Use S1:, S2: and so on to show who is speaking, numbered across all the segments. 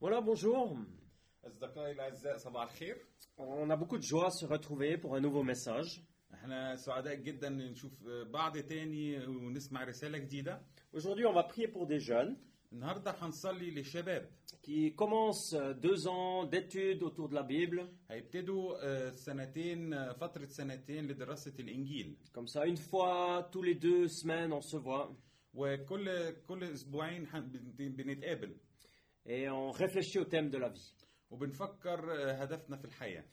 S1: Voilà, bonjour.
S2: أصدقائي الأعزاء صباح الخير
S1: On a beaucoup de joie à se retrouver pour un nouveau message.
S2: احنا سعداء جدا إن نشوف بعض تاني ونسمع رسالة جديدة
S1: Aujourd'hui, on va prier pour des jeunes
S2: النهاردة هنصلي للشباب
S1: qui commencent euh, deux ans d'études autour de la Bible.
S2: هيبتدوا آه، سنتين آه، فترة سنتين لدراسة الإنجيل
S1: Comme ça, une fois tous les deux semaines, on se voit
S2: وكل كل أسبوعين هن- بن- بنتقابل
S1: et on réfléchit au thème de la vie.
S2: وبنفكر آه، هدفنا في الحياة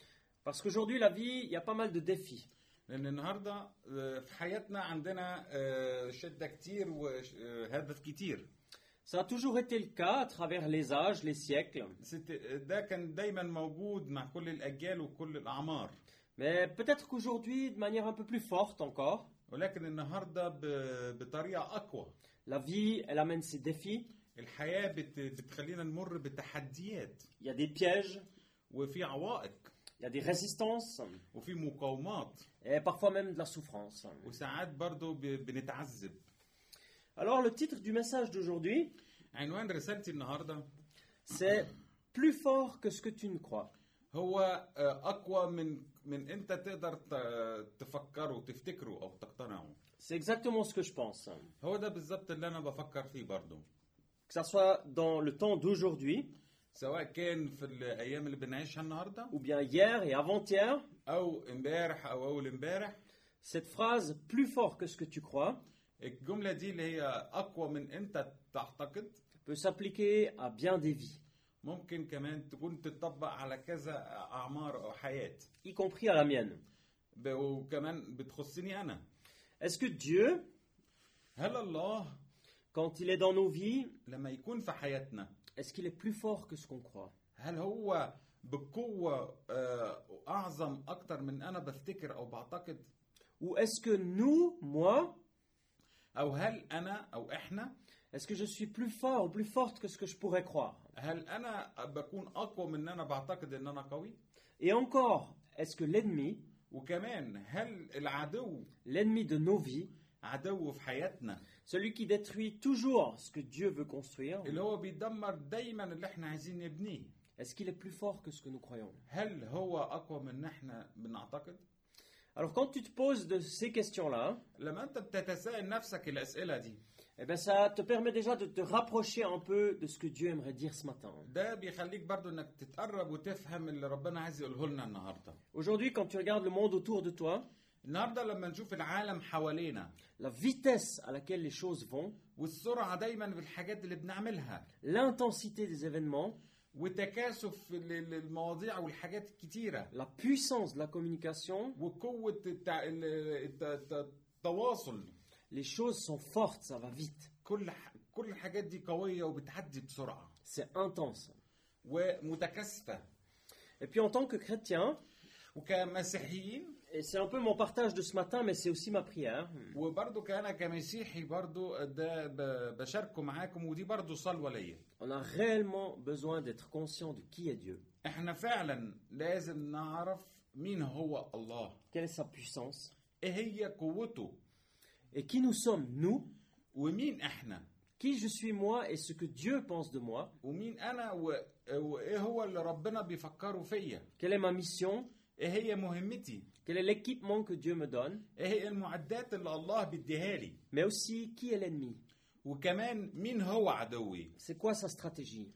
S1: Parce qu'aujourd'hui, la vie, il y a pas mal de défis.
S2: لأن النهاردة آه، في حياتنا عندنا آه، شدة كتير وهدف كتير
S1: Ça a toujours été le cas à travers les âges, les siècles.
S2: ست- ده كان دايما موجود مع كل الأجيال وكل الأعمار
S1: Mais peut-être qu'aujourd'hui, de manière un peu plus forte encore,
S2: ولكن النهارده ب- بطريقه اقوى
S1: la vie, elle amène ses défis.
S2: الحياه بت... بتخلينا نمر بتحديات
S1: Il y a des pièges,
S2: وفي عوائق
S1: il y a des résistances
S2: وفي مقاومات
S1: et parfois même de la souffrance.
S2: وساعات برضو ب... بنتعذب
S1: Alors le titre du message d'aujourd'hui,
S2: عنوان رسالتي النهارده
S1: c'est Plus fort que ce que tu ne crois.
S2: هو آه، اقوى من من انت تقدر ت- تفكره تفتكره او تقتنعه
S1: C'est exactement ce que je pense.
S2: هو ده بالظبط اللي انا بفكر فيه برضو
S1: Que ça soit dans le temps d'aujourd'hui,
S2: سواء كان في الايام اللي بنعيشها النهارده
S1: ou bien hier et avant-hier,
S2: او امبارح او اول امبارح
S1: cette phrase Plus fort que ce que tu crois
S2: الجمله دي اللي هي اقوى من انت تعتقد
S1: peut s'appliquer à bien des vies,
S2: ممكن كمان تكون تتطبق على كذا اعمار او حياه
S1: y compris à la mienne.
S2: ب- وكمان بتخصني انا
S1: Est-ce que Dieu,
S2: هل الله
S1: quand il est dans nos vies,
S2: لما يكون في حياتنا
S1: est-ce qu'il est plus fort que ce qu'on croit
S2: هل هو بقوه آه، اعظم اكتر من انا بفتكر او بعتقد
S1: Ou est-ce que nous, moi,
S2: او هل انا او احنا
S1: est-ce que je suis plus fort ou plus forte que ce que je pourrais croire
S2: هل انا بكون اقوى من ان انا بعتقد ان انا قوي
S1: Et encore, est-ce que l'ennemi,
S2: وكمان هل العدو
S1: l'ennemi de nos vies,
S2: عدو في حياتنا
S1: Celui qui détruit toujours ce que Dieu veut construire,
S2: اللي هو بيدمر دايما اللي احنا عايزين نبنيه
S1: est-ce qu'il est plus fort que ce que nous croyons
S2: هل هو اقوى من ان احنا بنعتقد
S1: Alors quand tu te poses de ces questions-là,
S2: لما انت بتتساءل نفسك الاسئله دي
S1: eh ben ça te permet déjà de te rapprocher un peu de ce que Dieu aimerait dire ce matin.
S2: ده بيخليك برضو انك تتقرب وتفهم اللي ربنا عايز يقوله لنا النهارده
S1: Aujourd'hui, quand tu regardes le monde autour de toi,
S2: النهارده لما نشوف العالم حوالينا
S1: la vitesse à laquelle les choses vont,
S2: والسرعه دايما بالحاجات اللي بنعملها
S1: l'intensité des événements,
S2: وتكاثف ال- ال- المواضيع والحاجات الكتيره
S1: la puissance de la communication,
S2: وقوه التع... ال- الت- الت- التواصل
S1: les choses sont fortes, ça va vite,
S2: كل ح... كل الحاجات دي قويه وبتعدي بسرعه
S1: c'est intense.
S2: ومتكاثفه
S1: Et puis en tant que chrétien,
S2: وكمسيحيين
S1: et c'est un peu mon partage de ce matin, mais c'est aussi ma prière.
S2: وبرضو كأنا كمسيحي برضو ده ب- بشاركه معاكم ودي برضو صلوة ليا
S1: On a réellement besoin d'être conscient de qui est Dieu,
S2: احنا فعلا لازم نعرف مين هو الله
S1: quelle est sa puissance
S2: ايه هي قوته
S1: et qui nous sommes, nous,
S2: ومين احنا
S1: qui je suis moi et ce que Dieu pense de moi,
S2: ومين انا و- وايه هو اللي ربنا بيفكره فيا
S1: quelle est ma mission,
S2: ايه هي مهمتي
S1: quel est l'équipement que Dieu me donne,
S2: ايه هي المعدات اللي الله بيديها لي
S1: mais aussi qui est l'ennemi,
S2: وكمان مين هو عدوي
S1: c'est quoi sa stratégie,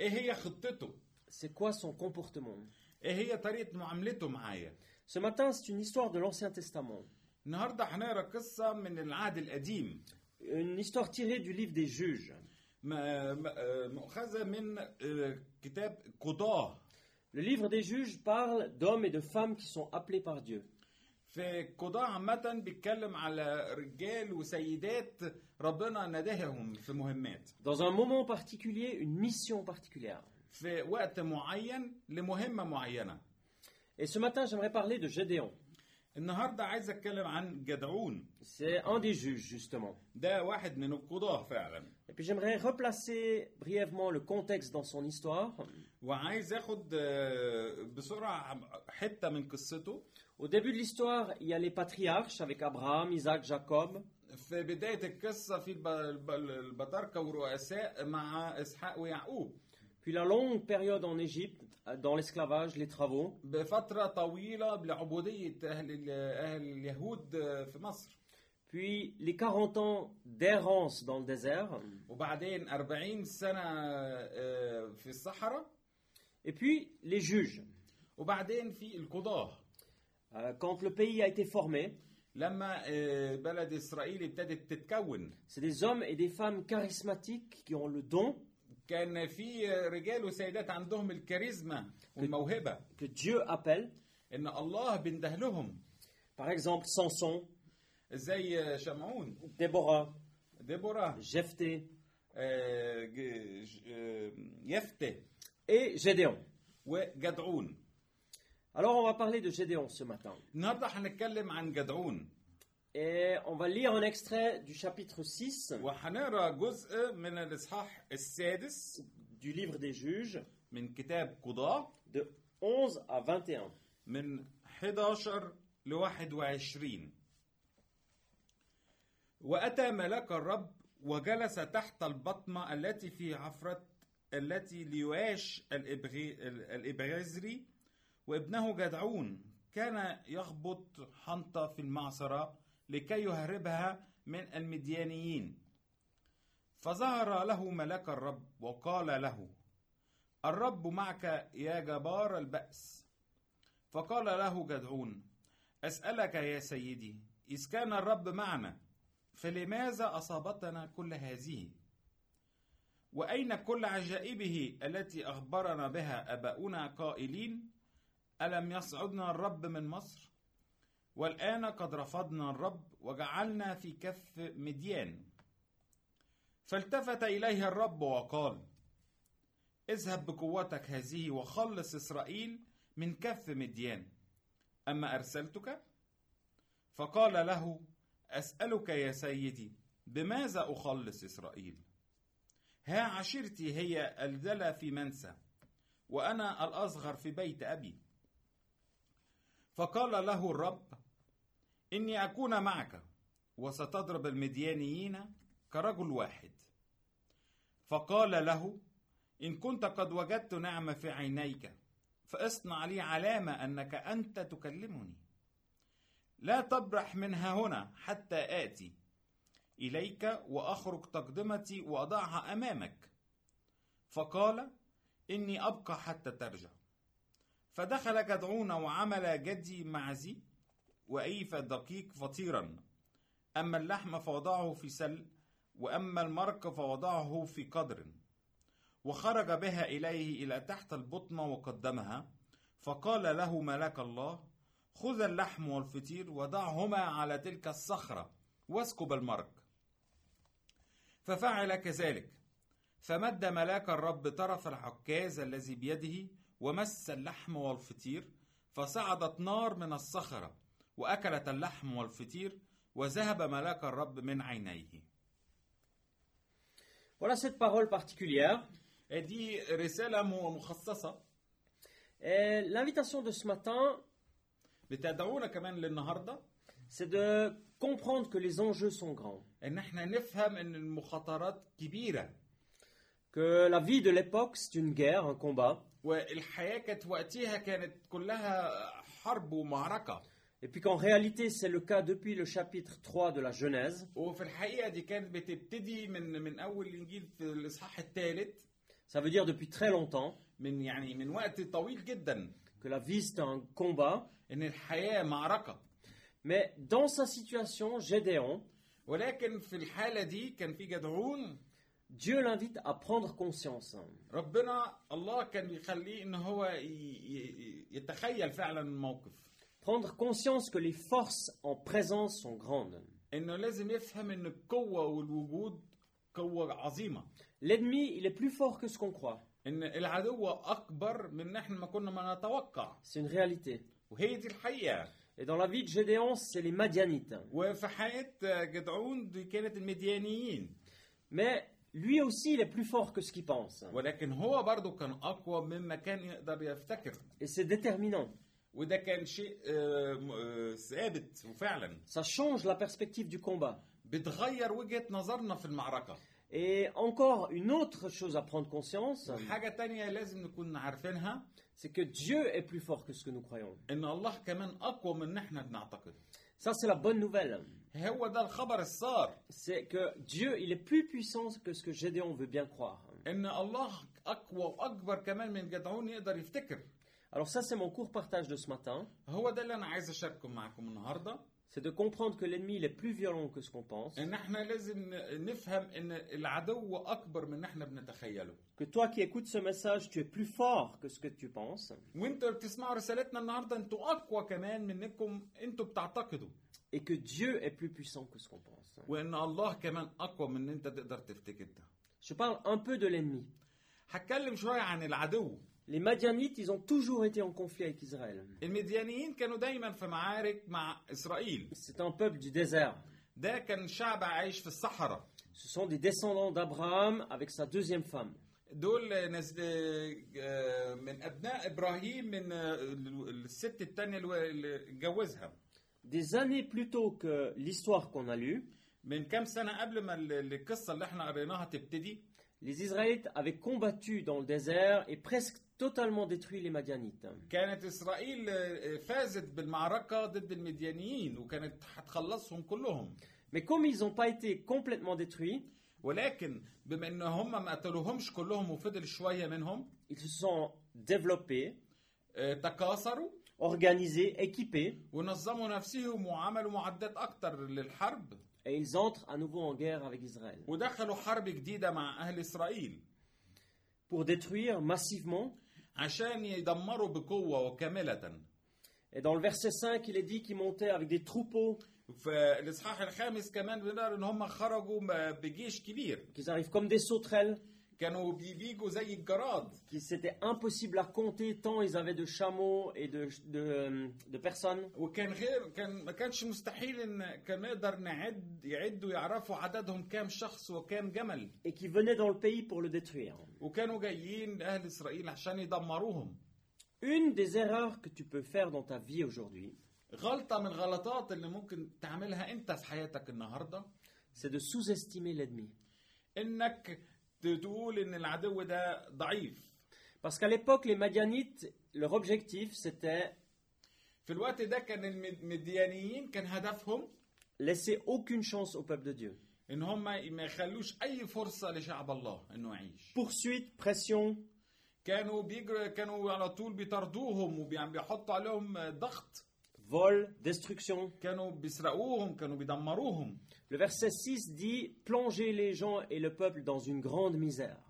S2: ايه هي خطته
S1: c'est quoi son comportement.
S2: ايه هي طريقة معاملته معايا
S1: Ce matin, c'est une histoire de l'Ancien Testament,
S2: النهارده هنقرا قصة من العهد القديم
S1: une histoire tirée du livre des juges.
S2: ما- ما- مؤخذة من آه، كتاب قضاة
S1: Le livre des juges parle d'hommes et de femmes qui sont appelés par Dieu.
S2: في قضاة عامة بيتكلم على رجال وسيدات ربنا ندههم في مهمات
S1: Dans un moment particulier, une mission particulière.
S2: في وقت معين لمهمة معينة
S1: Et ce matin, j'aimerais parler de Gédéon.
S2: النهاردة عايز أتكلم عن جدعون
S1: C'est un des juges, justement.
S2: ده واحد من القضاة فعلا
S1: Et puis j'aimerais replacer brièvement le contexte dans son histoire.
S2: وعايز اخد آه، بسرعة حتة من قصته
S1: Au début de l'histoire, il y a les patriarches avec Abraham, Isaac, Jacob.
S2: في بداية القصة في الب- الب- البطاركة ورؤساء مع إسحاق ويعقوب
S1: Puis la longue période en Égypte, dans l'esclavage, les travaux,
S2: بفترة طويلة بالعبودية أهل ال- أهل اليهود في مصر
S1: puis les 40 ans d'errance dans le désert,
S2: وبعدين 40 سنة آه، في الصحراء
S1: et puis les juges.
S2: وبعدين في القضاة
S1: Euh, Quand le pays a été formé,
S2: لما آه، بلد إسرائيل ابتدت تتكون
S1: c'est des hommes et des femmes charismatiques qui ont le don
S2: كان في رجال وسيدات عندهم الكاريزما والموهبة
S1: que Dieu appelle.
S2: إن الله بينده لهم
S1: Par exemple, Samson,
S2: زي شمعون
S1: Déborah,
S2: ديبورا
S1: Jephthé
S2: آه، ج- ج- آه، يفتة
S1: et Gédéon.
S2: وجدعون
S1: Alors on va parler de Gédéon ce matin.
S2: النهارده هنتكلم عن جدعون
S1: Et on va lire un extrait du chapitre 6
S2: وهنقرا جزء من الاصحاح السادس
S1: du livre des juges,
S2: من كتاب قضاة
S1: de 11 à 21.
S2: من 11 ل 21 وأتى ملاك الرب وجلس تحت البطمة التي في عفرة التي ليواش الإبغي- الإبغازري وابنه جدعون كان يخبط حنطة في المعصرة لكي يهربها من المديانيين فظهر له ملاك الرب وقال له الرب معك يا جبار البأس فقال له جدعون أسألك يا سيدي إذ كان الرب معنا فلماذا أصابتنا كل هذه وأين كل عجائبه التي أخبرنا بها أباؤنا قائلين ألم يصعدنا الرب من مصر والآن قد رفضنا الرب وجعلنا في كف مديان فالتفت إليه الرب وقال اذهب بقوتك هذه وخلص إسرائيل من كف مديان أما أرسلتك فقال له أسألك يا سيدي بماذا أخلص إسرائيل ها عشيرتي هي الدلى في منسى وأنا الأصغر في بيت أبي فقال له الرب إني أكون معك وستضرب المديانيين كرجل واحد فقال له إن كنت قد وجدت نعمة في عينيك فاصنع لي علامة أنك أنت تكلمني لا تبرح منها هنا حتى آتي إليك وأخرج تقدمتي وأضعها أمامك فقال إني أبقى حتى ترجع فدخل جدعون وعمل جدي معزي وأيف دقيق فطيرا أما اللحم فوضعه في سل وأما المرق فوضعه في قدر وخرج بها إليه إلى تحت البطنة وقدمها فقال له ملاك الله خذ اللحم والفطير وضعهما على تلك الصخرة واسكب المرق ففعل كذلك فمد ملاك الرب طرف العكاز الذي بيده ومس اللحم والفطير فصعدت نار من الصخرة وأكلت اللحم والفطير وذهب ملاك الرب من عينيه
S1: Voilà cette parole particulière.
S2: دي رسالة مخصصة
S1: Et l'invitation de ce matin,
S2: بتدعونا كمان للنهارده
S1: c'est de comprendre que les enjeux sont grands,
S2: ان احنا نفهم ان المخاطرات كبيره
S1: que la vie de l'époque, c'est une guerre, un combat,
S2: والحياه كانت وقتها كانت كلها حرب ومعركه
S1: et puis qu'en réalité, c'est le cas depuis le chapitre 3 de la Genèse.
S2: وفي الحقيقه دي كانت بتبتدي من من اول الانجيل في الاصحاح الثالث
S1: Ça veut dire depuis très longtemps
S2: من يعني من وقت طويل جدا
S1: que la vie, c'est un combat.
S2: ان الحياه معركه
S1: Mais dans sa situation, Gédéon,
S2: ولكن في الحاله دي كان في جدعون
S1: Dieu l'invite à prendre conscience.
S2: ربنا الله كان بيخليه ان هو ي- ي- يتخيل فعلا الموقف
S1: Prendre conscience que les forces en présence sont grandes.
S2: انه لازم يفهم ان القوه والوجود قوه عظيمه
S1: L'ennemi, il est plus fort que ce qu'on croit.
S2: ان العدو اكبر من احنا ما كنا ما نتوقع
S1: C'est une réalité.
S2: وهي دي الحقيقه
S1: Et dans la vie de Gédéon, c'est les Madianites.
S2: وفي حياه جدعون دي كانت المديانيين
S1: Mais lui aussi, il est plus fort que ce qu'il pense.
S2: ولكن هو برضو كان اقوى مما كان يقدر يفتكر
S1: Et c'est déterminant.
S2: وده كان شيء آه، م- آه، ثابت وفعلا
S1: Ça change la perspective du combat.
S2: بتغير وجهه نظرنا في المعركه
S1: Et encore une autre chose à prendre conscience,
S2: وحاجة تانية لازم نكون عارفينها
S1: c'est que Dieu est plus fort que ce que nous croyons.
S2: ان الله كمان اقوى من ان احنا بنعتقد
S1: Ça, c'est la bonne nouvelle.
S2: هو ده الخبر السار
S1: C'est que Dieu, il est plus puissant que ce que Gédéon veut bien croire.
S2: ان الله اقوى واكبر كمان من جدعون يقدر يفتكر
S1: Alors ça, c'est mon court partage de ce matin.
S2: هو ده اللي انا عايز اشاركه معاكم النهارده
S1: C'est de comprendre que l'ennemi, il est plus violent que ce qu'on pense.
S2: ان احنا لازم نفهم ان العدو اكبر من ان احنا بنتخيله
S1: Que toi qui écoutes ce message, tu es plus fort que ce que tu penses.
S2: وانتوا اللي بتسمعوا رسالتنا النهارده انتوا اقوى كمان منكم انتوا بتعتقدوا
S1: Et que Dieu est plus puissant que ce qu'on pense.
S2: وان الله كمان اقوى من ان انت تقدر تفتكر ده
S1: Je parle un peu de l'ennemi.
S2: هتكلم شويه عن العدو
S1: Les Madianites, ils ont toujours été en conflit avec Israël.
S2: المديانيين كانوا دايما في معارك مع اسرائيل
S1: C'est un peuple du désert.
S2: ده كان شعب عايش في الصحراء
S1: Ce sont des descendants d'Abraham avec sa deuxième femme.
S2: دول ناس آه، من ابناء ابراهيم من آه، الست الثانيه اللي اتجوزها
S1: Des années plus tôt que l'histoire qu'on a lue,
S2: من كام سنه قبل ما ال- القصه اللي احنا قريناها تبتدي
S1: les Israélites avaient combattu dans le désert et presque totalement détruit les Madianites.
S2: كانت اسرائيل آه، فازت بالمعركه ضد المديانيين وكانت هتخلصهم كلهم
S1: Mais comme ils n'ont pas été complètement détruits,
S2: ولكن بما ان هم ما قتلوهمش كلهم وفضل شويه منهم
S1: ils se sont développés,
S2: آه، تكاثروا
S1: organisés, équipés,
S2: ونظموا نفسهم وعملوا معدات اكتر للحرب
S1: et ils entrent à nouveau en guerre avec Israël.
S2: ودخلوا حرب جديده مع اهل اسرائيل
S1: Pour détruire massivement,
S2: عشان يدمروا بقوه وكامله
S1: et dans le verset 5, il est dit qu'ils montaient avec des troupeaux,
S2: فالاصحاح الخامس كمان بنقرا ان هم خرجوا م- بجيش كبير
S1: qu'ils arrivent comme des sauterelles,
S2: كانوا بي- بيجوا زي الجراد
S1: qui c'était impossible à compter tant ils avaient de chameaux et de, de, de personnes.
S2: وكان غير كان ما كانش مستحيل ان كان نقدر نعد يعدوا يعرفوا عددهم كام شخص وكام جمل
S1: et qui venaient dans le pays pour le détruire.
S2: وكانوا جايين اهل اسرائيل عشان يدمروهم
S1: Une des erreurs que tu peux faire dans ta vie aujourd'hui,
S2: غلطه من غلطات اللي ممكن تعملها انت في حياتك النهارده
S1: c'est de sous-estimer l'ennemi.
S2: انك تقول ان العدو ده ضعيف
S1: Parce qu'à l'époque, les Madianites, leur objectif, c'était
S2: في الوقت ده كان المديانيين كان هدفهم
S1: laisser aucune chance au peuple de Dieu.
S2: ان هم ما يخلوش اي فرصه لشعب الله انه يعيش
S1: Poursuite, pression,
S2: كانوا بيجروا كانوا على طول بيطردوهم وبيحطوا عليهم ضغط
S1: vol, destruction.
S2: كانوا بيسرقوهم كانوا بيدمروهم
S1: Le verset 6 dit plonger les gens et le peuple dans une grande misère.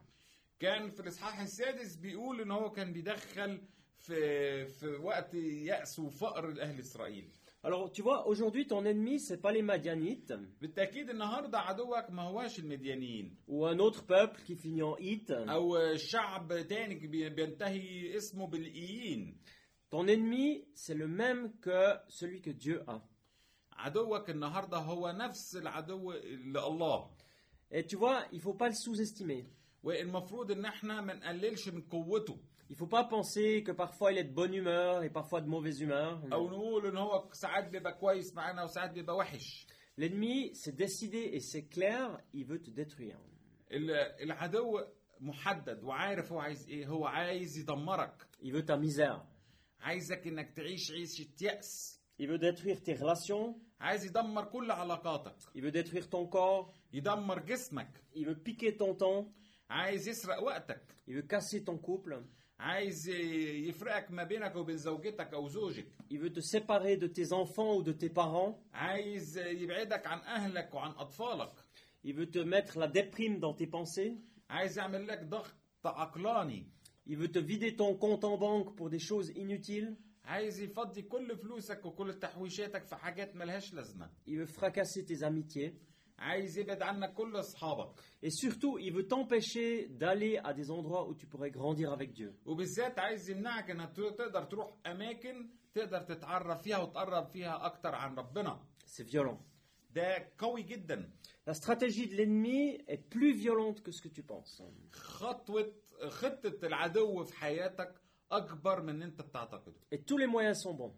S2: كان في الاصحاح السادس بيقول ان هو كان بيدخل في في وقت يأس وفقر لاهل اسرائيل
S1: Alors, tu vois, aujourd'hui, ton ennemi, c'est pas les Madianites
S2: بالتاكيد النهارده عدوك ما هواش المديانيين
S1: ou un autre peuple qui finit en hit.
S2: او شعب تاني بي- بينتهي اسمه بالايين
S1: Ton ennemi, c'est le même que celui que Dieu a.
S2: عدوك النهارده هو نفس العدو اللي الله
S1: Et tu vois, il faut pas le sous-estimer.
S2: والمفروض ان احنا ما نقللش من قوته
S1: Il faut pas penser que parfois il est de bonne humeur et parfois de mauvaise humeur.
S2: او نقول ان هو ساعات بيبقى كويس معانا وساعات بيبقى وحش
S1: L'ennemi, c'est décidé et c'est clair, il veut te détruire.
S2: ال- العدو محدد وعارف هو عايز ايه هو عايز يدمرك
S1: Il veut ta misère.
S2: عايزك انك تعيش عيشة يأس
S1: Il veut détruire tes relations,
S2: عايز يدمر كل علاقاتك
S1: il veut détruire ton corps,
S2: يدمر جسمك
S1: il veut piquer ton temps,
S2: عايز يسرق وقتك
S1: il veut casser ton couple,
S2: عايز ي- يفرقك ما بينك وبين زوجتك او زوجك
S1: il veut te séparer de tes enfants ou de tes parents,
S2: عايز يبعدك عن اهلك وعن اطفالك
S1: il veut te mettre la déprime dans tes pensées,
S2: عايز يعمل لك ضغط عقلاني
S1: il veut te vider ton compte en banque pour des choses inutiles,
S2: عايز يفضي كل فلوسك وكل تحويشاتك في حاجات ملهاش لازمة
S1: il veut fracasser tes amitiés
S2: عايز يبعد عنك كل أصحابك
S1: et surtout, il veut t'empêcher d'aller à des endroits où tu pourrais grandir avec Dieu.
S2: وبالذات عايز يمنعك انك تو- تقدر تروح اماكن تقدر تتعرف فيها وتقرب فيها اكتر عن ربنا
S1: C'est violent.
S2: ده قوي جدا
S1: La stratégie de l'ennemi est plus violente que ce que tu penses.
S2: خطوة خطة العدو في حياتك اكبر من اللي انت بتعتقده
S1: Et tous les moyens sont bons.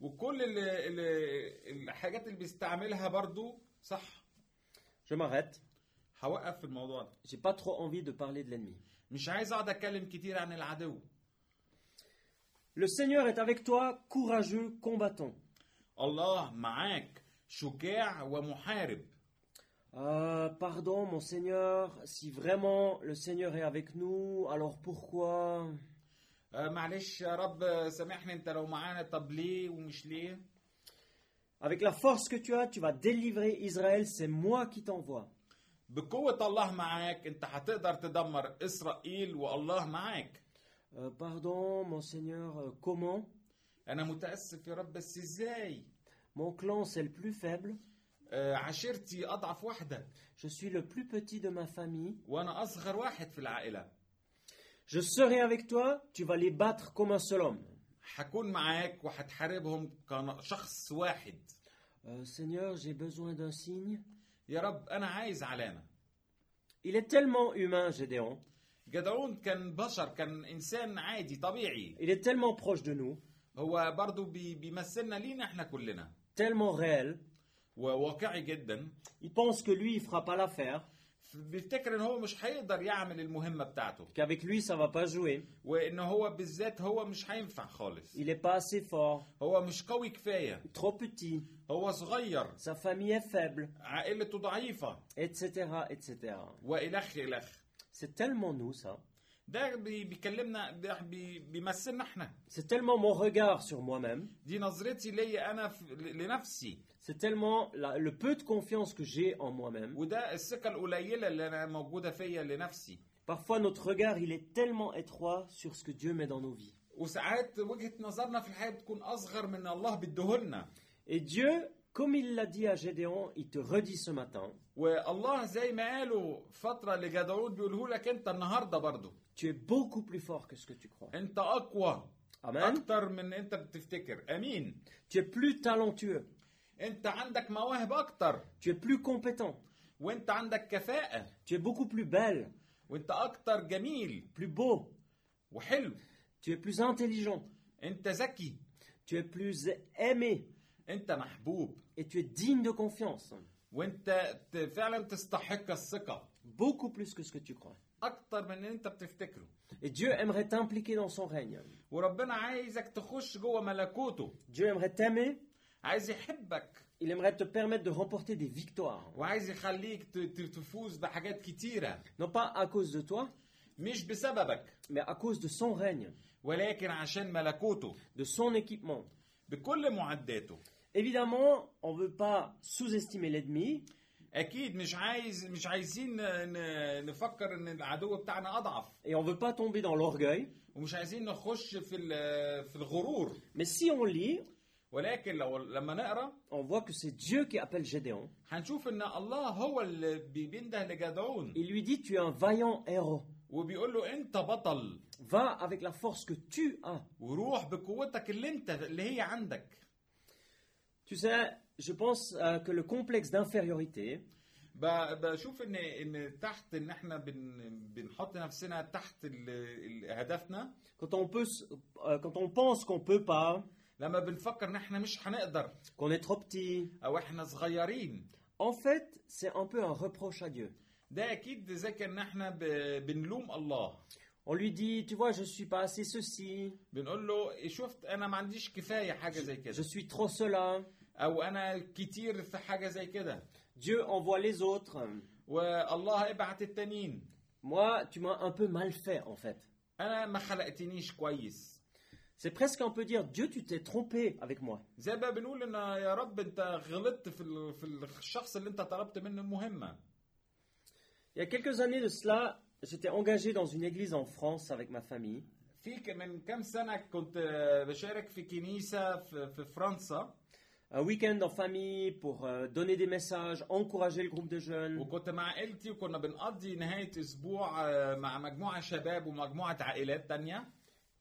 S2: وكل ال- ال- الحاجات اللي بيستعملها برضو صح
S1: Je m'arrête.
S2: هوقف في الموضوع ده
S1: J'ai pas trop envie de parler de l'ennemi.
S2: مش عايز اقعد اتكلم كتير عن العدو
S1: Le Seigneur est avec toi, courageux combattant.
S2: الله معاك شجاع ومحارب
S1: Ah, pardon, mon Seigneur, si vraiment le Seigneur est avec nous, alors pourquoi
S2: آه، معلش يا رب سامحني انت لو معانا طب ليه ومش ليه
S1: Avec la force que tu as, tu vas délivrer Israël, c'est moi qui t'envoie.
S2: بقوة الله معاك انت هتقدر تدمر اسرائيل والله معاك
S1: Euh, pardon, mon Seigneur, euh, comment
S2: انا متأسف يا رب بس ازاي
S1: Mon clan, c'est le plus faible,
S2: آه، عشيرتي اضعف واحدة
S1: je suis le plus petit de ma famille.
S2: وانا اصغر واحد في العائلة
S1: Je serai avec toi, tu vas les battre comme un seul homme.
S2: هكون معاك وهتحاربهم كشخص واحد
S1: Euh, Seigneur, j'ai besoin d'un signe.
S2: يا رب انا عايز علامة
S1: Il est tellement humain, Gédéon.
S2: جدعون كان بشر كان انسان عادي طبيعي
S1: Il est tellement proche de nous,
S2: هو برضو بي- بيمثلنا لينا احنا كلنا
S1: tellement réel.
S2: وواقعي جدا
S1: Il pense que lui, il fera pas l'affaire,
S2: بيفتكر ان هو مش هيقدر يعمل المهمة بتاعته
S1: qu'avec lui, ça va pas jouer.
S2: وان هو بالذات هو مش هينفع خالص
S1: Il est pas assez fort,
S2: هو مش قوي كفاية
S1: trop petit,
S2: هو صغير
S1: sa famille est faible,
S2: عائلته ضعيفة
S1: etc., etc.
S2: وإلخ إلخ
S1: C'est tellement nous, ça.
S2: ده بي- بيكلمنا بي- بي- بيمثلنا احنا
S1: C'est tellement mon regard sur moi-même.
S2: دي نظرتي ليا انا في- ل- لنفسي
S1: C'est tellement la- le peu de confiance que j'ai en moi-même.
S2: وده الثقة القليلة اللي انا موجودة فيا لنفسي
S1: Parfois, notre regard, il est tellement étroit sur ce que Dieu met dans nos vies.
S2: وساعات وجهة نظرنا في الحياة بتكون أصغر من الله بيديهولنا
S1: Et Dieu, comme il l'a dit à Gédéon, il te redit ce matin,
S2: والله زي ما قالوا فترة لجدعون بيقوله لك أنت النهاردة برضو
S1: tu es beaucoup plus fort que ce que tu crois.
S2: أنت أقوى
S1: Amen.
S2: أكتر من أنت بتفتكر أمين
S1: Tu es plus talentueux,
S2: أنت عندك مواهب أكتر
S1: tu es plus compétent,
S2: وأنت عندك كفاءة
S1: tu es beaucoup plus belle,
S2: وأنت أكتر جميل
S1: plus beau,
S2: وحلو
S1: tu es plus intelligent,
S2: أنت ذكي
S1: tu es plus aimé
S2: أنت محبوب
S1: et tu es digne de confiance.
S2: وأنت ت- فعلا تستحق الثقة
S1: Beaucoup plus que ce que tu crois.
S2: أكتر من أنت بتفتكره
S1: Et Dieu aimerait t'impliquer dans son règne.
S2: وربنا عايزك تخش جوه ملكوته
S1: Dieu aimerait t'aimer,
S2: عايز يحبك
S1: il aimerait te permettre de remporter des victoires.
S2: وعايز يخليك ت- ت- تفوز بحاجات كتيرة
S1: Non pas à cause de toi,
S2: مش بسببك
S1: mais à cause de son règne,
S2: ولكن عشان ملكوته
S1: de son équipement.
S2: بكل معداته
S1: Évidemment, on ne veut pas sous-estimer l'ennemi,
S2: أكيد مش عايز مش عايزين ن- نفكر إن العدو بتاعنا أضعف
S1: et on ne veut pas tomber dans l'orgueil,
S2: ومش عايزين نخش في ال- في الغرور
S1: mais si on lit,
S2: ولكن لو لما نقرا
S1: on voit que c'est Dieu qui appelle Gédéon.
S2: هنشوف إن الله هو اللي بي- بينده لجدعون
S1: Il lui dit, tu es un vaillant héros.
S2: وبيقول له أنت بطل
S1: Va avec la force que tu as.
S2: وروح بقوتك اللي أنت اللي هي عندك
S1: Tu sais, je pense euh, que le complexe d'infériorité,
S2: ب- بشوف ان ان تحت ان احنا بن بنحط نفسنا تحت ال- ال- هدفنا
S1: quand on, peut, s- euh, quand on pense qu'on peut pas,
S2: لما بنفكر ان احنا مش هنقدر
S1: qu'on est trop petit,
S2: او احنا صغيرين
S1: en fait, c'est un peu un reproche à Dieu.
S2: ده اكيد زي كان احنا ب- بنلوم الله
S1: On lui dit, tu vois, je suis pas assez ceci,
S2: بنقول له شفت انا ما عنديش كفايه حاجه زي
S1: je
S2: كده
S1: suis trop cela.
S2: او انا كتير في حاجه زي كده
S1: Dieu envoie les autres.
S2: والله ابعت التانيين
S1: Moi, tu m'as un peu mal fait, en fait.
S2: انا ما خلقتنيش كويس
S1: C'est presque un peu dire, Dieu, tu t'es trompé avec moi.
S2: زي ما بنقول ان يا رب انت غلطت في ال- في الشخص اللي انت طلبت منه المهمه
S1: Il y a quelques années de cela, j'étais engagé dans une église en France avec ma famille.
S2: في ك- من كام سنة كنت بشارك في كنيسة في في فرنسا
S1: Un week-end en famille pour euh, donner des messages, encourager le groupe de jeunes.
S2: وكنت مع عائلتي وكنا بنقضي نهاية أسبوع آه، مع مجموعة شباب ومجموعة عائلات تانية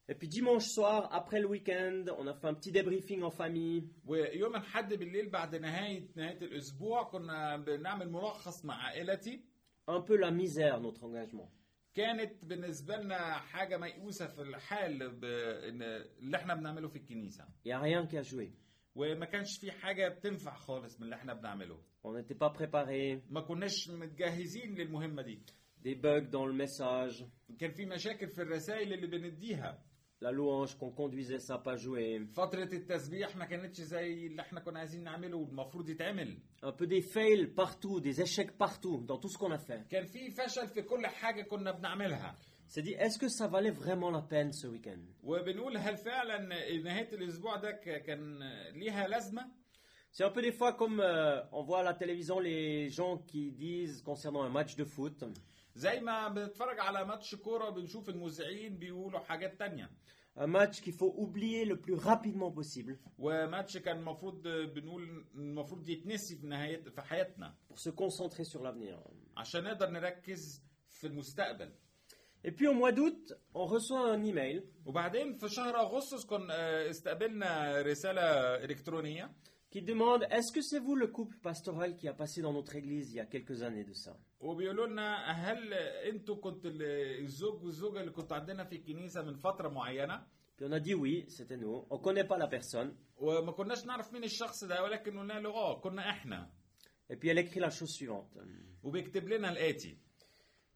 S1: Et puis dimanche soir, après le week-end, on a fait un petit débriefing en famille.
S2: ويوم الحد بالليل بعد نهاية نهاية الأسبوع كنا بنعمل ملخص مع عائلتي
S1: Un peu la misère, notre engagement.
S2: كانت بالنسبة لنا حاجة ميؤوسة في الحال ب- إن- اللي احنا بنعمله في الكنيسة
S1: Il n'y a rien qui a joué.
S2: وما كانش في حاجه بتنفع خالص من اللي احنا بنعمله
S1: On n'était pas préparé.
S2: ما كناش متجهزين للمهمه دي
S1: Des bugs dans le message.
S2: كان في مشاكل في الرسائل اللي بنديها
S1: La louange qu'on conduisait, ça n'a pas joué.
S2: فتره التسبيح ما كانتش زي اللي احنا كنا عايزين نعمله والمفروض يتعمل
S1: Un peu des fails partout, des échecs partout, dans tout ce qu'on a fait.
S2: كان في فشل في كل حاجه كنا بنعملها
S1: C'est dit, est-ce que ça valait vraiment la peine ce week-end
S2: وبنقول هل فعلا نهايه الاسبوع ده ك- كان ليها لازمه
S1: C'est un peu des fois comme euh, on voit à la télévision les gens qui disent concernant un match de foot,
S2: زي ما بنتفرج على ماتش كوره بنشوف المذيعين بيقولوا حاجات تانية
S1: un match qu'il faut oublier le plus rapidement possible
S2: وماتش كان المفروض بنقول المفروض يتنسي في نهايه في حياتنا
S1: pour se concentrer sur l'avenir.
S2: عشان نقدر نركز في المستقبل
S1: Et puis au mois d'août, on reçoit un email
S2: وبعدين في شهر اغسطس كنا آه، استقبلنا رساله الكترونيه
S1: qui demande Est-ce que c'est vous le couple pastoral qui a passé dans notre église il y a quelques années de ça
S2: وبيقولوا لنا هل انتوا كنت ال- الزوج والزوجه اللي كنتوا عندنا في الكنيسه من فتره معينه
S1: Puis on a dit oui, c'était nous. On ne connaît pas la personne.
S2: وما كناش نعرف مين الشخص ده ولكن قلنا له اه كنا احنا
S1: Et puis elle écrit la chose suivante
S2: وبيكتب لنا الاتي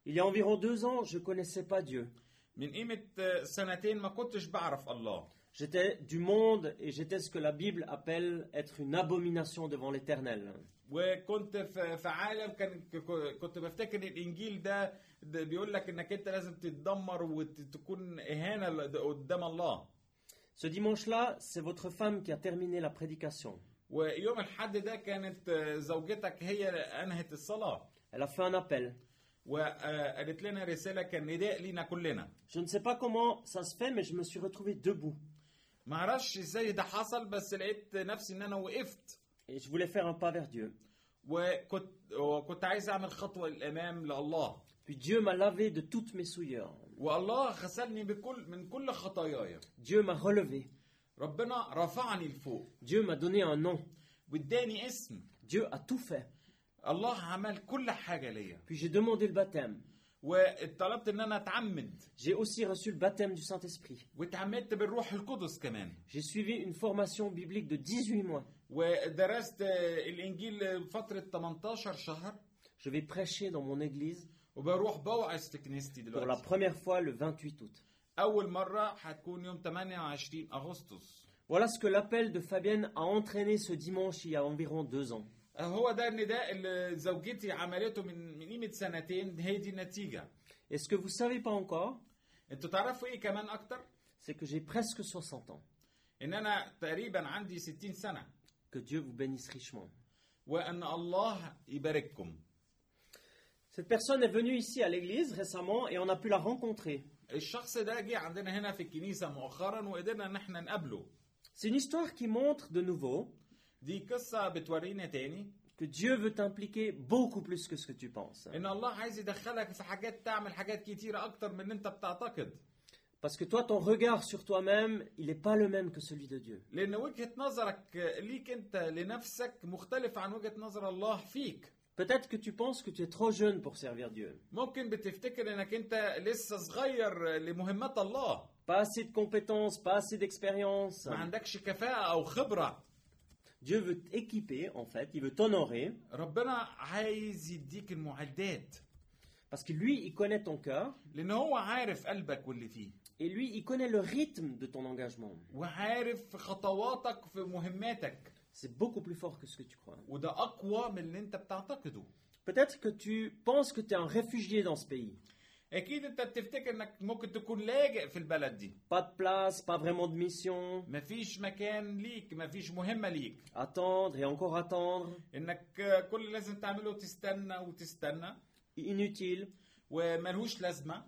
S1: Il y a environ deux ans, je ne connaissais pas Dieu.
S2: من قيمه آه، سنتين ما كنتش بعرف الله
S1: J'étais du monde et j'étais ce que la Bible appelle être une abomination devant l'Éternel.
S2: وكنت في في عالم كان ك- كنت بفتكر الانجيل ده, ده بيقول لك انك انت لازم تتدمر وتكون اهانه ل- قدام الله
S1: Ce dimanche-là, c'est votre femme qui a terminé la prédication.
S2: ويوم الحد ده كانت آه، زوجتك هي انهت الصلاه
S1: Elle a fait un appel.
S2: وقالت لنا رساله كان نداء لينا كلنا
S1: Je ne sais pas comment ça se fait, mais je me suis retrouvé debout.
S2: ما اعرفش ازاي ده حصل بس لقيت نفسي ان انا وقفت
S1: Et je voulais faire un pas vers Dieu.
S2: وكنت وكنت عايز اعمل خطوه للامام لله
S1: Puis Dieu m'a lavé de toutes mes souillures.
S2: والله غسلني بكل من كل خطاياي
S1: Dieu m'a relevé.
S2: ربنا رفعني لفوق
S1: Dieu m'a donné un nom.
S2: واداني اسم
S1: Dieu a tout fait.
S2: الله عمل كل حاجه ليا
S1: Puis j'ai demandé le baptême.
S2: وطلبت ان انا اتعمد
S1: J'ai aussi reçu le baptême du Saint-Esprit.
S2: واتعمدت بالروح القدس كمان
S1: J'ai suivi une formation biblique de 18 mois.
S2: ودرست آه، الانجيل فتره 18 شهر
S1: Je vais prêcher dans mon église
S2: وبروح بوعظ في كنيستي
S1: pour la
S2: دلوقتي
S1: première fois le 28 août.
S2: اول مره هتكون يوم 28 اغسطس
S1: Voilà ce que l'appel de Fabienne a entraîné ce dimanche il y a environ deux ans.
S2: هو ده النداء اللي زوجتي عملته من من قيمه سنتين هي دي النتيجه
S1: Et ce que vous ne savez pas encore,
S2: انتوا تعرفوا ايه كمان اكتر
S1: c'est que j'ai presque 60 ans.
S2: ان انا تقريبا عندي 60 سنه
S1: Que Dieu vous bénisse richement.
S2: وان الله يبارككم
S1: Cette personne est venue ici à l'église récemment et on a pu la rencontrer.
S2: الشخص ده جه عندنا هنا في الكنيسة مؤخرا وقدرنا ان احنا نقابله
S1: C'est une histoire qui montre de nouveau
S2: دي قصة بتورينا تاني
S1: que Dieu veut t'impliquer beaucoup plus que ce que tu penses.
S2: ان الله عايز يدخلك في حاجات تعمل حاجات كتيرة اكتر من اللي انت بتعتقد
S1: Parce que toi, ton regard sur toi-même, il n'est pas le même que celui de Dieu.
S2: لان وجهة نظرك ليك انت لنفسك مختلف عن وجهة نظر الله فيك
S1: Peut-être que tu penses que tu es trop jeune pour servir Dieu.
S2: ممكن بتفتكر انك انت لسه صغير لمهمات الله
S1: Pas assez de compétences, pas assez d'expérience.
S2: ما عندكش كفاءة او خبرة
S1: Dieu veut t'équiper, en fait, il veut t'honorer,
S2: ربنا عايز يديك المعدات
S1: parce que lui, il connaît ton cœur,
S2: لان هو عارف قلبك واللي فيه
S1: et lui, il connaît le rythme de ton engagement.
S2: وعارف خطواتك في مهماتك
S1: C'est beaucoup plus fort que ce que tu crois.
S2: وده اقوى من اللي انت بتعتقده
S1: Peut-être que tu penses que tu es un réfugié dans ce pays.
S2: اكيد انت بتفتكر انك ممكن تكون لاجئ في البلد دي
S1: Pas de place, pas vraiment de mission,
S2: مفيش مكان ليك مفيش مهمه ليك
S1: attendre et encore attendre,
S2: انك كل اللي لازم تعمله تستنى وتستنى
S1: inutile.
S2: وملهوش لازمه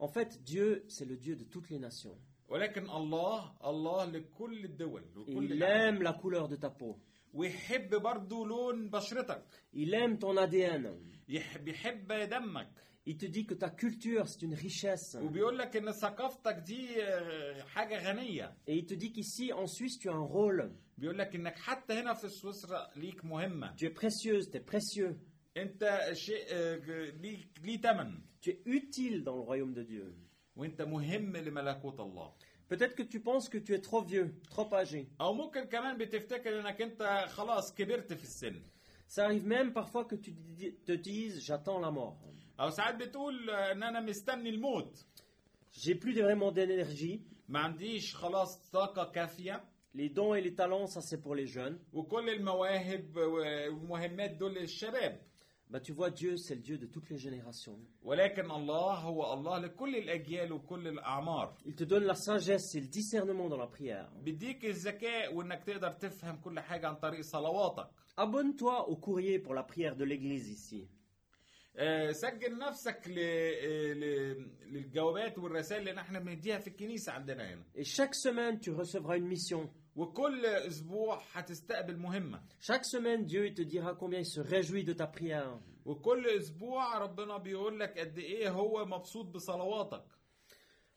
S1: En fait, Dieu, c'est le Dieu de toutes les nations.
S2: ولكن الله الله لكل الدول وكل
S1: Il
S2: العالم.
S1: aime la couleur de ta peau.
S2: ويحب برضه لون بشرتك
S1: Il aime ton ADN.
S2: يحب يحب دمك
S1: Il te dit que ta culture, c'est une richesse.
S2: وبيقول لك ان ثقافتك دي آه، حاجه غنيه
S1: Et il te dit qu'ici, en Suisse, tu as un رôle.
S2: بيقول لك انك حتى هنا في سويسرا ليك مهمه
S1: Tu es précieuse, tu es précieux.
S2: انت شيء آه، ج- ليه ليه تمن
S1: Tu es utile dans le royaume de Dieu.
S2: وانت مهم لملكوت الله
S1: Peut-être que tu penses que tu es trop vieux, trop âgé.
S2: او ممكن كمان بتفتكر انك انت خلاص كبرت في السن
S1: Ça arrive même parfois que tu di- te dises j'attends la mort.
S2: او ساعات بتقول آه، ان انا مستني الموت
S1: J'ai plus de- vraiment d'énergie.
S2: ما عنديش خلاص طاقه كافيه
S1: Les dons et les talents, ça c'est pour les jeunes.
S2: وكل المواهب والمهمات دول للشباب
S1: Bah tu vois, Dieu, c'est le Dieu de toutes les générations.
S2: ولكن الله هو الله لكل الاجيال وكل الاعمار
S1: Il te donne la sagesse et le discernement dans la prière.
S2: بيديك الذكاء وانك تقدر تفهم كل حاجه عن طريق صلواتك
S1: Abonne-toi au courrier pour la prière de l'église ici.
S2: آه، سجل نفسك ل... آه، ل... للجوابات والرسائل اللي احنا بنديها في الكنيسه عندنا هنا
S1: Et chaque semaine, tu recevras une mission.
S2: وكل اسبوع هتستقبل مهمه
S1: Chaque semaine, Dieu il te dira combien il se réjouit de ta prière.
S2: وكل اسبوع ربنا بيقول لك قد ايه هو مبسوط بصلواتك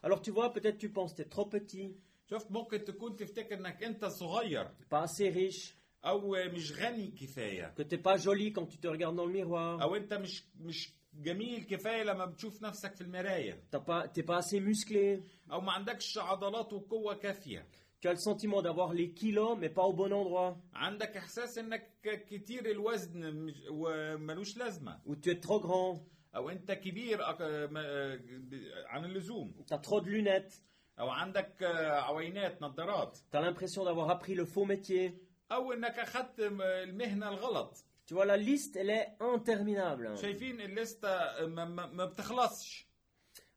S1: Alors tu vois, peut-être tu penses que tu es trop petit,
S2: شفت ممكن تكون تفتكر انك انت صغير
S1: pas assez riche,
S2: او مش غني كفايه
S1: que t'es pas joli quand tu te regardes dans le miroir,
S2: او انت مش مش جميل كفايه لما بتشوف نفسك في المرايه
S1: t'as pas, t'es pas assez musclé,
S2: او ما عندكش عضلات وقوه كافيه
S1: tu as le sentiment d'avoir les kilos mais pas au bon endroit,
S2: عندك احساس انك كتير الوزن مش- وملوش لازمه
S1: ou tu es trop grand,
S2: او انت كبير أك- ما- ب- عن اللزوم
S1: ou t'as trop de lunettes,
S2: او عندك آه، عوينات نظارات
S1: t'as l'impression d'avoir appris le faux métier.
S2: او انك اخدت م- المهنه الغلط
S1: Tu vois, la liste, elle est interminable.
S2: شايفين الليسته ما, ما, ما بتخلصش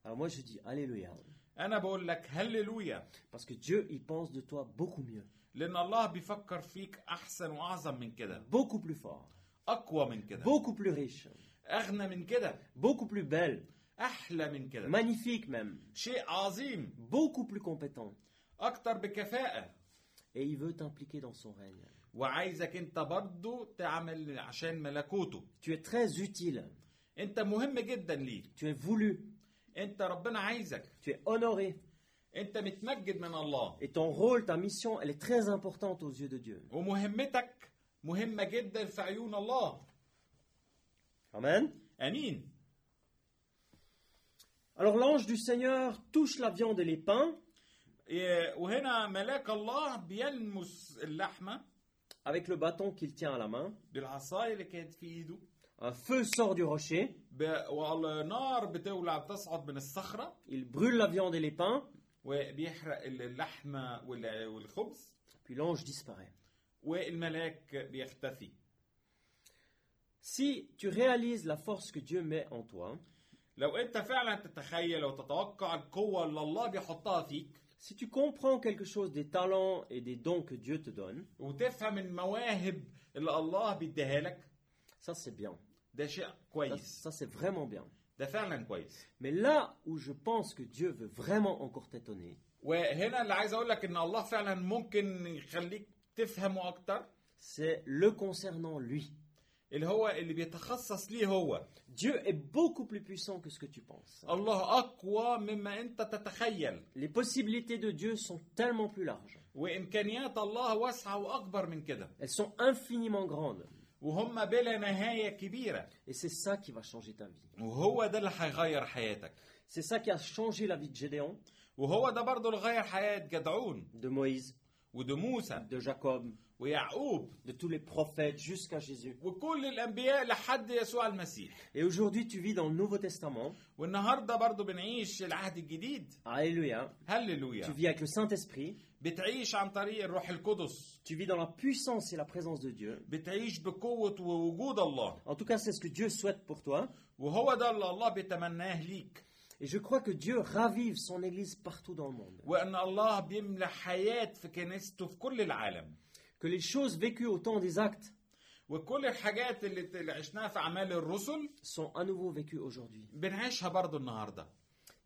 S1: Alors moi, je dis Alléluia.
S2: انا بقول لك هللويا
S1: Parce que Dieu, il pense de toi beaucoup mieux,
S2: لان الله بيفكر فيك احسن واعظم من كده
S1: beaucoup plus fort,
S2: اقوى من كده
S1: beaucoup plus riche,
S2: اغنى من كده
S1: beaucoup plus belle,
S2: احلى من كده
S1: magnifique même,
S2: شيء عظيم
S1: beaucoup plus compétent.
S2: اكتر بكفاءه
S1: Et il veut t'impliquer dans son règne.
S2: وعايزك انت برضو تعمل عشان ملكوته
S1: Tu es très utile,
S2: انت مهم جدا ليه
S1: tu es voulu,
S2: انت ربنا عايزك
S1: tu es honoré.
S2: انت متمجد من الله
S1: Et ton rôle, ta mission, elle est très importante aux yeux de Dieu.
S2: ومهمتك مهمه جدا في عيون الله
S1: Amen.
S2: امين
S1: Alors l'ange du Seigneur touche la viande et les pains
S2: إيه، وهنا ملاك الله بيلمس اللحمه
S1: avec le bâton qu'il tient à la main.
S2: بالعصايه اللي كانت في ايده
S1: Un feu sort du rocher,
S2: ب- والنار بتولع بتصعد من الصخره
S1: il brûle la viande et les pains,
S2: وبيحرق اللحمه وال- والخبز
S1: puis l'ange disparaît.
S2: والملاك بيختفي
S1: Si tu réalises la force que Dieu met en toi,
S2: لو انت فعلا تتخيل وتتوقع القوه اللي الله بيحطها فيك
S1: si tu comprends quelque chose des talents et des dons que Dieu te donne,
S2: وتفهم المواهب اللي الله بيديها لك
S1: ça c'est bien.
S2: ده شيء
S1: Ça,
S2: كويس
S1: ça, c'est vraiment bien.
S2: ده فعلا كويس
S1: Mais là où je pense que Dieu veut vraiment encore t'étonner,
S2: وهنا اللي عايز اقول لك ان الله فعلا ممكن يخليك تفهمه اكتر
S1: c'est le concernant lui.
S2: اللي هو اللي بيتخصص ليه هو
S1: Dieu est beaucoup plus puissant que ce que tu penses.
S2: الله اقوى مما انت تتخيل
S1: Les possibilités de Dieu sont tellement plus larges.
S2: وامكانيات الله واسعه واكبر من كده
S1: Elles sont infiniment grandes.
S2: وهم بلا نهايه كبيره
S1: Et c'est ça qui va changer ta vie.
S2: وهو ده اللي هيغير حياتك
S1: C'est ça qui a changé la vie de Gédéon,
S2: وهو ده برضه اللي غير حياه جدعون
S1: de Moïse,
S2: وده موسى
S1: de Jacob,
S2: ويعقوب
S1: de tous les prophètes jusqu'à Jésus.
S2: وكل الانبياء لحد يسوع المسيح
S1: Et aujourd'hui, tu vis dans le Nouveau Testament.
S2: والنهارده برضه بنعيش العهد الجديد
S1: Alléluia. Tu
S2: هللويا
S1: vis avec le Saint-Esprit.
S2: بتعيش عن طريق الروح القدس
S1: Tu vis dans la puissance et la présence de Dieu.
S2: بتعيش بقوه ووجود الله
S1: En tout cas, c'est ce que Dieu souhaite pour toi.
S2: وهو ده اللي الله بيتمناه ليك
S1: Et je crois que Dieu ravive son Église partout dans le monde.
S2: وان الله بيملى حياه في كنيسته في كل العالم
S1: Que les choses vécues au temps des actes
S2: وكل الحاجات اللي اللي عشناها في اعمال الرسل
S1: sont à nouveau vécues aujourd'hui.
S2: بنعيشها برضه النهارده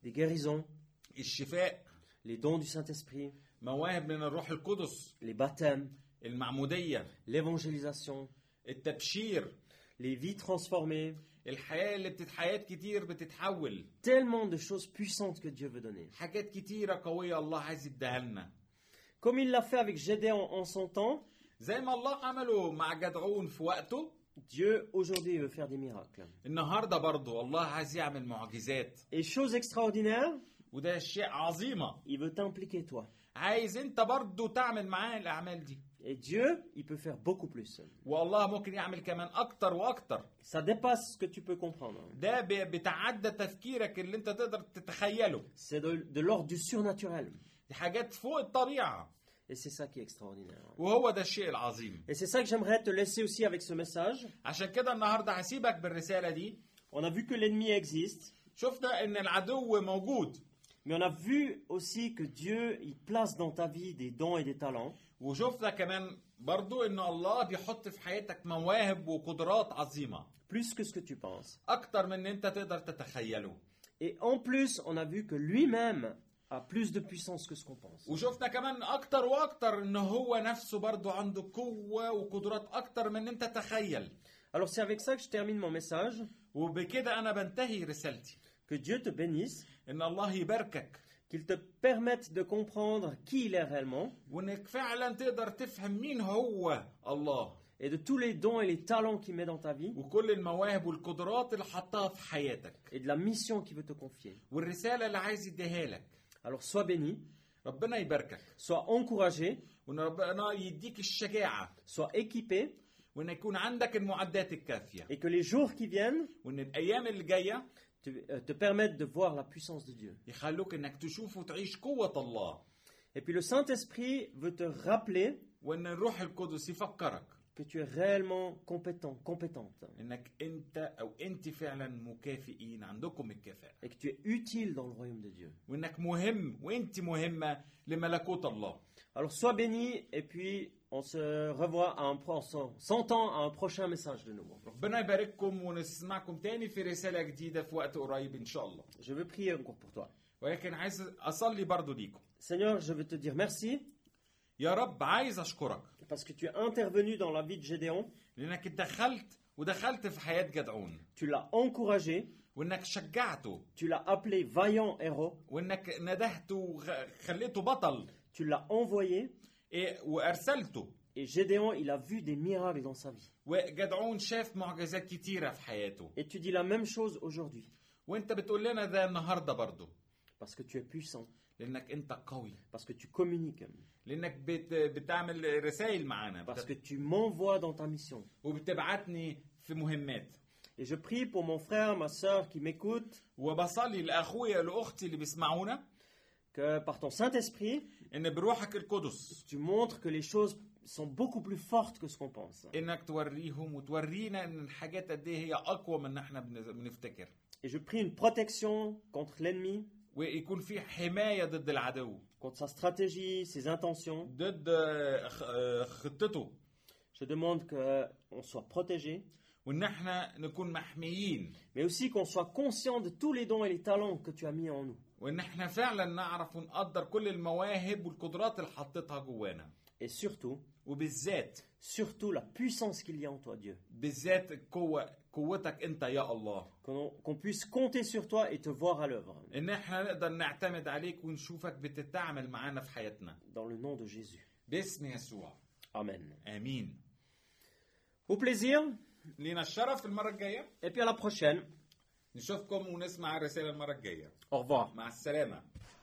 S1: Des guérisons,
S2: الشفاء
S1: les dons du Saint-Esprit,
S2: مواهب من الروح القدس
S1: les baptêmes,
S2: المعموديه
S1: l'évangélisation,
S2: التبشير
S1: les vies transformées,
S2: الحياه اللي بتتحيات كتير بتتحول
S1: tellement de choses puissantes que Dieu veut donner.
S2: حاجات كتيره قويه الله عايز يديها لنا
S1: Comme il l'a fait avec Gédéon en son temps,
S2: زي ما الله عمله مع جدعون في وقته
S1: Dieu aujourd'hui veut faire des miracles.
S2: النهارده برضه الله عايز يعمل معجزات
S1: Et chose extraordinaire,
S2: وده شيء عظيمة
S1: Il veut t'impliquer toi.
S2: عايز انت برضو تعمل معاه الأعمال دي
S1: Et Dieu, il peut faire beaucoup plus.
S2: والله ممكن يعمل كمان أكتر وأكتر
S1: Ça dépasse ce que tu peux comprendre.
S2: ده بي- بيتعدى تفكيرك اللي انت تقدر تتخيله
S1: C'est de, de l'ordre du surnaturel.
S2: دي حاجات فوق الطبيعة
S1: Et c'est ça qui est extraordinaire.
S2: وهو ده الشيء العظيم
S1: Et c'est ça que j'aimerais te laisser aussi avec ce message.
S2: عشان كده النهاردة هسيبك بالرسالة دي
S1: On a vu que l'ennemi existe,
S2: شفنا ان العدو موجود
S1: mais on a vu aussi que Dieu, il place dans ta vie des dons et des talents.
S2: وشفنا كمان برضو ان الله بيحط في حياتك مواهب وقدرات عظيمة
S1: plus que ce que tu penses.
S2: اكتر من ان انت تقدر تتخيله
S1: Et en plus, on a vu que lui-même a plus de puissance que ce qu'on pense.
S2: وشفنا كمان اكتر واكتر ان هو نفسه برضو عنده قوة وقدرات اكتر من ان انت تتخيل
S1: Alors c'est avec ça que je termine mon message.
S2: وبكده انا بنتهي رسالتي
S1: Que Dieu te bénisse,
S2: ان الله يباركك
S1: qu'il te permette de comprendre qui il est réellement
S2: وانك فعلا تقدر تفهم مين هو الله
S1: et de tous les dons et les talents qu'il met dans ta vie
S2: وكل المواهب والقدرات اللي حطها في حياتك
S1: et de la mission qu'il veut te confier.
S2: والرسالة اللي عايز يديها لك
S1: Alors sois béni,
S2: ربنا يباركك
S1: sois encouragé,
S2: وان ربنا يديك الشجاعة
S1: sois équipé
S2: وان يكون عندك المعدات الكافية
S1: et que les jours qui viennent
S2: وان الايام اللي جاية
S1: te, euh, te permettent de voir la puissance de Dieu.
S2: يخلوك انك تشوف وتعيش قوة الله
S1: Et puis le Saint-Esprit veut te rappeler
S2: وان الروح القدس يفكرك
S1: que tu es réellement compétent, compétente.
S2: انك انت او انت فعلا مكافئين عندكم الكفاءة
S1: et que tu es utile dans le royaume de Dieu.
S2: وانك مهم وانت مهمة لملكوت الله
S1: Alors sois béni et puis on se revoit à un pro- on s'en- s'entend à un prochain message de nouveau.
S2: ربنا يبارككم ونسمعكم تاني في رسالة جديدة في وقت قريب ان شاء الله
S1: Je veux prier encore pour toi.
S2: ولكن عايز اصلي برضو ليكم
S1: Seigneur, je veux te dire merci
S2: يا رب عايز اشكرك
S1: parce que tu es intervenu dans la vie de Gédéon,
S2: لانك اتدخلت ودخلت في حياة جدعون
S1: tu l'as encouragé,
S2: وانك شجعته
S1: tu l'as appelé vaillant héros,
S2: وانك ندهته وخليته بطل
S1: tu l'as envoyé
S2: إيه، وارسلته
S1: et Gédéon, il a vu des miracles dans sa vie.
S2: وجدعون شاف معجزات كتيرة في حياته
S1: Et tu dis la même chose aujourd'hui
S2: وانت بتقول لنا ده النهارده برضه
S1: parce que tu es puissant,
S2: لانك انت قوي
S1: parce que tu communiques,
S2: لانك بت... بتعمل رسائل معانا
S1: parce
S2: بت...
S1: que tu m'envoies dans ta mission.
S2: وبتبعتني في مهمات
S1: Et je prie pour mon frère, ma sœur qui m'écoute
S2: وبصلي لاخويا لاختي اللي بيسمعونا
S1: que par ton Saint-Esprit,
S2: ان بروحك القدس
S1: tu montres que les choses sont beaucoup plus fortes que ce qu'on pense.
S2: انك توريهم وتورينا ان الحاجات قد ايه هي اقوى من ان احنا بن- بنفتكر
S1: Et je prie une protection contre l'ennemi,
S2: ويكون في حمايه ضد العدو
S1: contre sa stratégie, ses intentions.
S2: ضد آه، خ- آه، خطته
S1: Je demande qu'on soit protégé,
S2: وان احنا نكون محميين
S1: mais aussi qu'on soit conscient de tous les dons et les talents que tu as mis en nous.
S2: وان احنا فعلا نعرف ونقدر كل المواهب والقدرات اللي حطيتها جوانا
S1: Et surtout,
S2: وبالذات
S1: surtout la puissance qu'il y a en toi, Dieu.
S2: بالذات القوه قوتك انت يا الله
S1: Qu'on qu'on puisse compter sur toi et te voir à l'œuvre.
S2: ان احنا نقدر نعتمد عليك ونشوفك بتتعامل معانا في حياتنا
S1: Dans le nom de Jésus.
S2: باسم يسوع
S1: Amen.
S2: امين
S1: Au plaisir,
S2: لينا الشرف المره الجايه
S1: et puis à la prochaine.
S2: نشوفكم ونسمع الرساله المره الجايه
S1: Au revoir.
S2: مع السلامه